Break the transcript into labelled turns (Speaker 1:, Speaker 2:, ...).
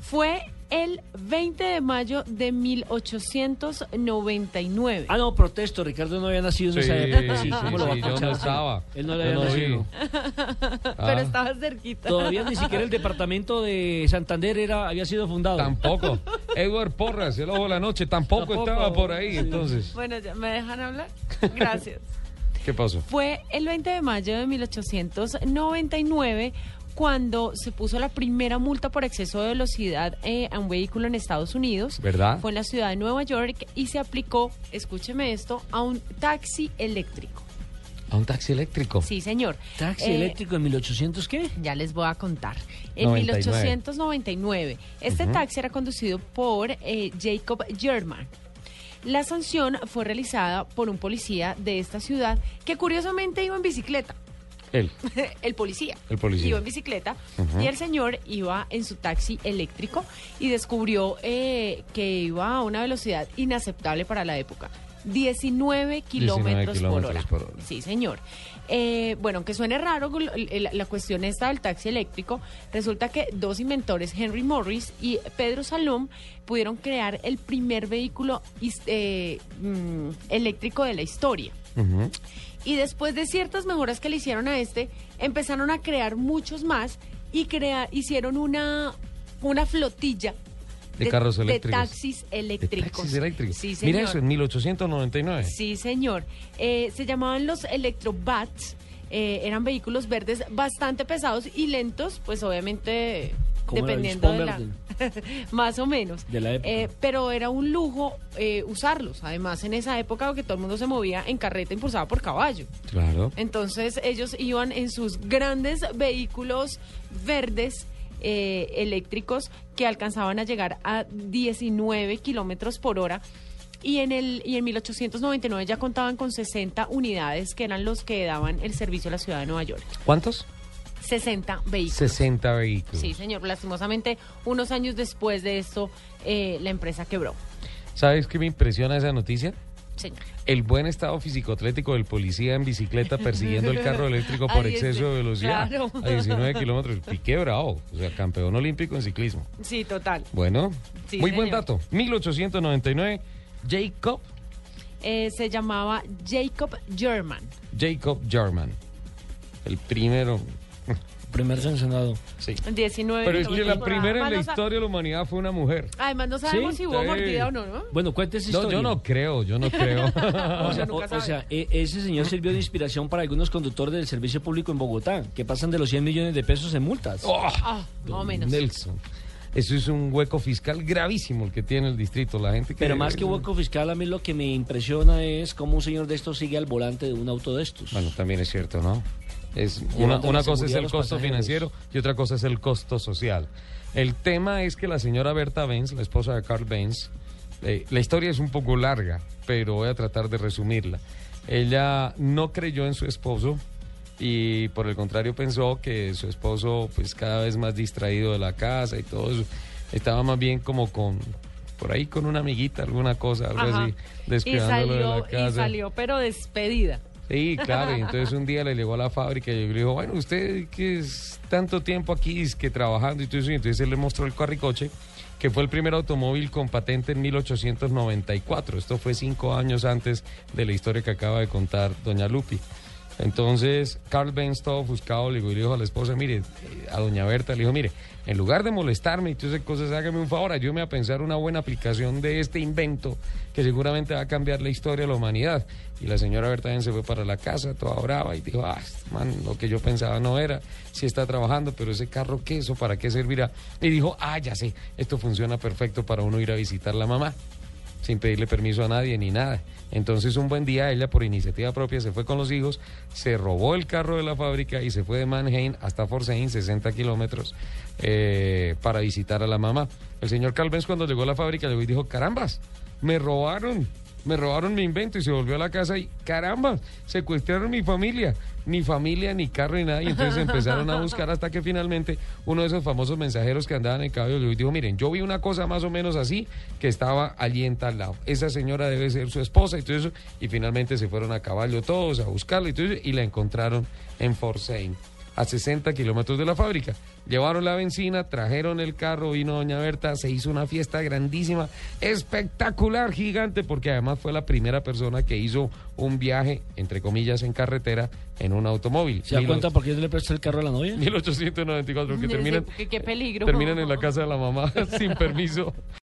Speaker 1: Fue el 20 de mayo de 1899.
Speaker 2: Ah, no, protesto. Ricardo no había nacido en
Speaker 3: Sí,
Speaker 2: esa época.
Speaker 3: sí,
Speaker 2: ¿cómo
Speaker 3: sí,
Speaker 2: lo va a
Speaker 3: yo
Speaker 2: tachar
Speaker 3: no
Speaker 2: así?
Speaker 3: estaba.
Speaker 2: Él no lo
Speaker 3: Yo
Speaker 2: había
Speaker 3: no
Speaker 2: nacido.
Speaker 3: vi.
Speaker 1: Pero estaba cerquita.
Speaker 2: Todavía ni siquiera el departamento de Santander era, había sido fundado.
Speaker 3: Tampoco. Edward Porras, el ojo de la noche, tampoco,
Speaker 2: Tampoco.
Speaker 3: estaba por ahí.
Speaker 2: Sí.
Speaker 3: Entonces,
Speaker 1: Bueno, ya, ¿me dejan hablar? Gracias.
Speaker 3: ¿qué pasó?
Speaker 1: Fue el 20 de mayo de 1899 cuando se puso la primera multa por exceso de velocidad eh, a un vehículo en Estados Unidos.
Speaker 3: ¿Verdad?
Speaker 1: Fue en la ciudad de Nueva York y se aplicó, escúcheme esto, a un taxi eléctrico.
Speaker 3: A un taxi eléctrico.
Speaker 1: Sí, señor.
Speaker 2: ¿Taxi
Speaker 1: Eh,
Speaker 2: eléctrico en 1800 qué?
Speaker 1: Ya les voy a contar. En
Speaker 3: 99.
Speaker 1: 1899, este taxi era conducido por eh, Jacob German. La sanción fue realizada por un policía de esta ciudad que curiosamente iba en bicicleta.
Speaker 3: Él.
Speaker 1: el policía.
Speaker 3: El policía.
Speaker 1: Iba en bicicleta
Speaker 3: Ujú.
Speaker 1: y el señor iba en su taxi eléctrico y descubrió eh, que iba a una velocidad inaceptable para la época. 19 kilómetros por
Speaker 3: kilómetros
Speaker 1: hora.
Speaker 3: por hora.
Speaker 1: Sí, señor. Eh, bueno, aunque suene raro gl- el- la cuestión esta del taxi eléctrico, resulta que dos inventores, Henry Morris y Pedro Salom, pudieron crear el primer vehículo is- eh, mm, eléctrico de la historia.
Speaker 3: Ujú.
Speaker 1: Y después de ciertas mejoras que le hicieron a este, empezaron a crear muchos más y crea- hicieron una, una flotilla
Speaker 3: De carros eléctricos.
Speaker 1: taxis
Speaker 3: De
Speaker 1: eléctricos.
Speaker 3: taxis eléctricos.
Speaker 1: Sí, señor.
Speaker 3: Mira eso, en 1899.
Speaker 1: Sí, señor. Eh, se llamaban los Electrobats. Eh, eran vehículos verdes bastante pesados y lentos, pues obviamente
Speaker 2: Como era
Speaker 1: dependiendo
Speaker 2: el
Speaker 1: de la...
Speaker 2: Spombergen.
Speaker 1: más o menos.
Speaker 2: De la época.
Speaker 1: Eh, pero era un lujo eh, usarlos. Además, en esa época, porque todo el mundo se movía en carreta impulsada por caballo.
Speaker 3: Claro.
Speaker 1: Entonces ellos iban en sus grandes vehículos verdes eh, eléctricos que alcanzaban a llegar a 19 kilómetros por hora. Y en, el, y en 1899 ya contaban con 60 unidades que eran los que daban el servicio a la ciudad de Nueva York.
Speaker 3: ¿Cuántos?
Speaker 1: 60 vehículos.
Speaker 3: 60 vehículos.
Speaker 1: Sí, señor. Lastimosamente, unos años después de esto, eh, la empresa quebró.
Speaker 3: ¿Sabes qué me impresiona esa noticia?
Speaker 1: Señor.
Speaker 3: El buen estado físico-atlético del policía en bicicleta persiguiendo el carro eléctrico por
Speaker 1: A diez-
Speaker 3: exceso de velocidad
Speaker 1: claro.
Speaker 3: a 19 kilómetros. Piqué Bravo, o sea, campeón olímpico en ciclismo.
Speaker 1: Sí, total.
Speaker 3: Bueno,
Speaker 1: Sí,
Speaker 3: muy buen
Speaker 1: señor.
Speaker 3: dato. 1899, Jacob,
Speaker 1: Eh, se llamaba Jacob German.
Speaker 3: Jacob Jarman. El primero.
Speaker 2: Primer sancionado.
Speaker 3: Sí.
Speaker 1: diecinueve
Speaker 3: Pero es que la
Speaker 1: kilómetros por hora.
Speaker 3: primera en la
Speaker 1: Además, no sa-
Speaker 3: historia de la humanidad fue una mujer.
Speaker 1: Además, no sabemos
Speaker 2: Sí,
Speaker 1: si hubo
Speaker 3: sí.
Speaker 1: mordida o no, ¿no?
Speaker 2: Bueno, cuéntese
Speaker 3: No,
Speaker 2: historia.
Speaker 3: yo no creo, yo no creo.
Speaker 2: O sea,
Speaker 1: Uno nunca
Speaker 2: o- o
Speaker 1: sabe.
Speaker 2: sea, e- ese señor sirvió de inspiración para algunos conductores del servicio público en Bogotá, que pasan de los 100 millones de pesos en multas.
Speaker 3: Oh,
Speaker 1: Ah, más o menos.
Speaker 3: Nelson. Eso es un hueco fiscal gravísimo el que tiene el distrito. La gente que
Speaker 2: Pero más que hueco fiscal, a mí lo que me impresiona es cómo un señor de estos sigue al volante de un auto de estos.
Speaker 3: Bueno, también es cierto, ¿no? Es una,
Speaker 2: Llevando
Speaker 3: una
Speaker 2: la
Speaker 3: cosa es
Speaker 2: seguridad a
Speaker 3: el
Speaker 2: los
Speaker 3: costo
Speaker 2: pasajeros.
Speaker 3: financiero y otra cosa es el costo social. El tema es que la señora Berta Benz, la esposa de Carl Benz, eh, la historia es un poco larga, pero voy a tratar de resumirla. Ella no creyó en su esposo y por el contrario pensó que su esposo, pues cada vez más distraído de la casa y todo eso, estaba más bien como con por ahí con una amiguita, alguna cosa, algo
Speaker 1: Ajá.
Speaker 3: pues así,
Speaker 1: y
Speaker 3: descuidándolo de la
Speaker 1: salió,
Speaker 3: casa.
Speaker 1: y salió, pero despedida.
Speaker 3: Sí, claro. Y entonces un día le llegó a la fábrica y yo le dijo, bueno, usted que es tanto tiempo aquí es que trabajando y todo eso. Y entonces él le mostró el carricoche, que fue el primer automóvil con patente en 1894. Esto fue cinco años antes de la historia que acaba de contar doña Lupi. Entonces, Carl Benz, todo ofuscado, le dijo- le dijo a la esposa, mire, eh, a doña Berta, le dijo, mire, en lugar de molestarme y todas esas cosas, hágame un favor, ayúdeme a pensar una buena aplicación de este invento que seguramente va a cambiar la historia de la humanidad. Y la señora Berta Benz se fue para la casa, toda brava, y dijo, ah, este man, lo que yo pensaba no era, sí está trabajando, pero ese carro, ¿qué eso? ¿Para qué servirá? Y dijo, ah, ya sé, esto funciona perfecto para uno ir a visitar la mamá. sin pedirle permiso a nadie ni nada. Entonces un buen día ella por iniciativa propia se fue con los hijos, se robó el carro de la fábrica y se fue de Mannheim hasta Forsein, 60 kilómetros, eh, para visitar a la mamá. El señor Calvens cuando llegó a la fábrica llegó y dijo, carambas, me robaron, me robaron mi invento y se volvió a la casa y caramba, secuestraron mi familia, ni familia, ni carro, ni nada. Y entonces empezaron a buscar hasta que finalmente uno de esos famosos mensajeros que andaban en caballo Luis dijo, miren, yo vi una cosa más o menos así que estaba allí en tal lado. Esa señora debe ser su esposa y todo eso. Y finalmente se fueron a caballo todos a buscarla y todo eso, y la encontraron en Forsein a 60 kilómetros de la fábrica. Llevaron la benzina, trajeron el carro, vino Doña Berta, se hizo una fiesta grandísima, espectacular, gigante, porque además fue la primera persona que hizo un viaje, entre comillas, en carretera en un automóvil.
Speaker 2: ¿Se da
Speaker 3: Mil-
Speaker 2: cuenta por qué yo le presté el carro a la novia?
Speaker 3: 1894, que
Speaker 1: Ese-
Speaker 3: terminan,
Speaker 1: qué- qué peligro.
Speaker 3: terminan en la casa de la mamá sin permiso.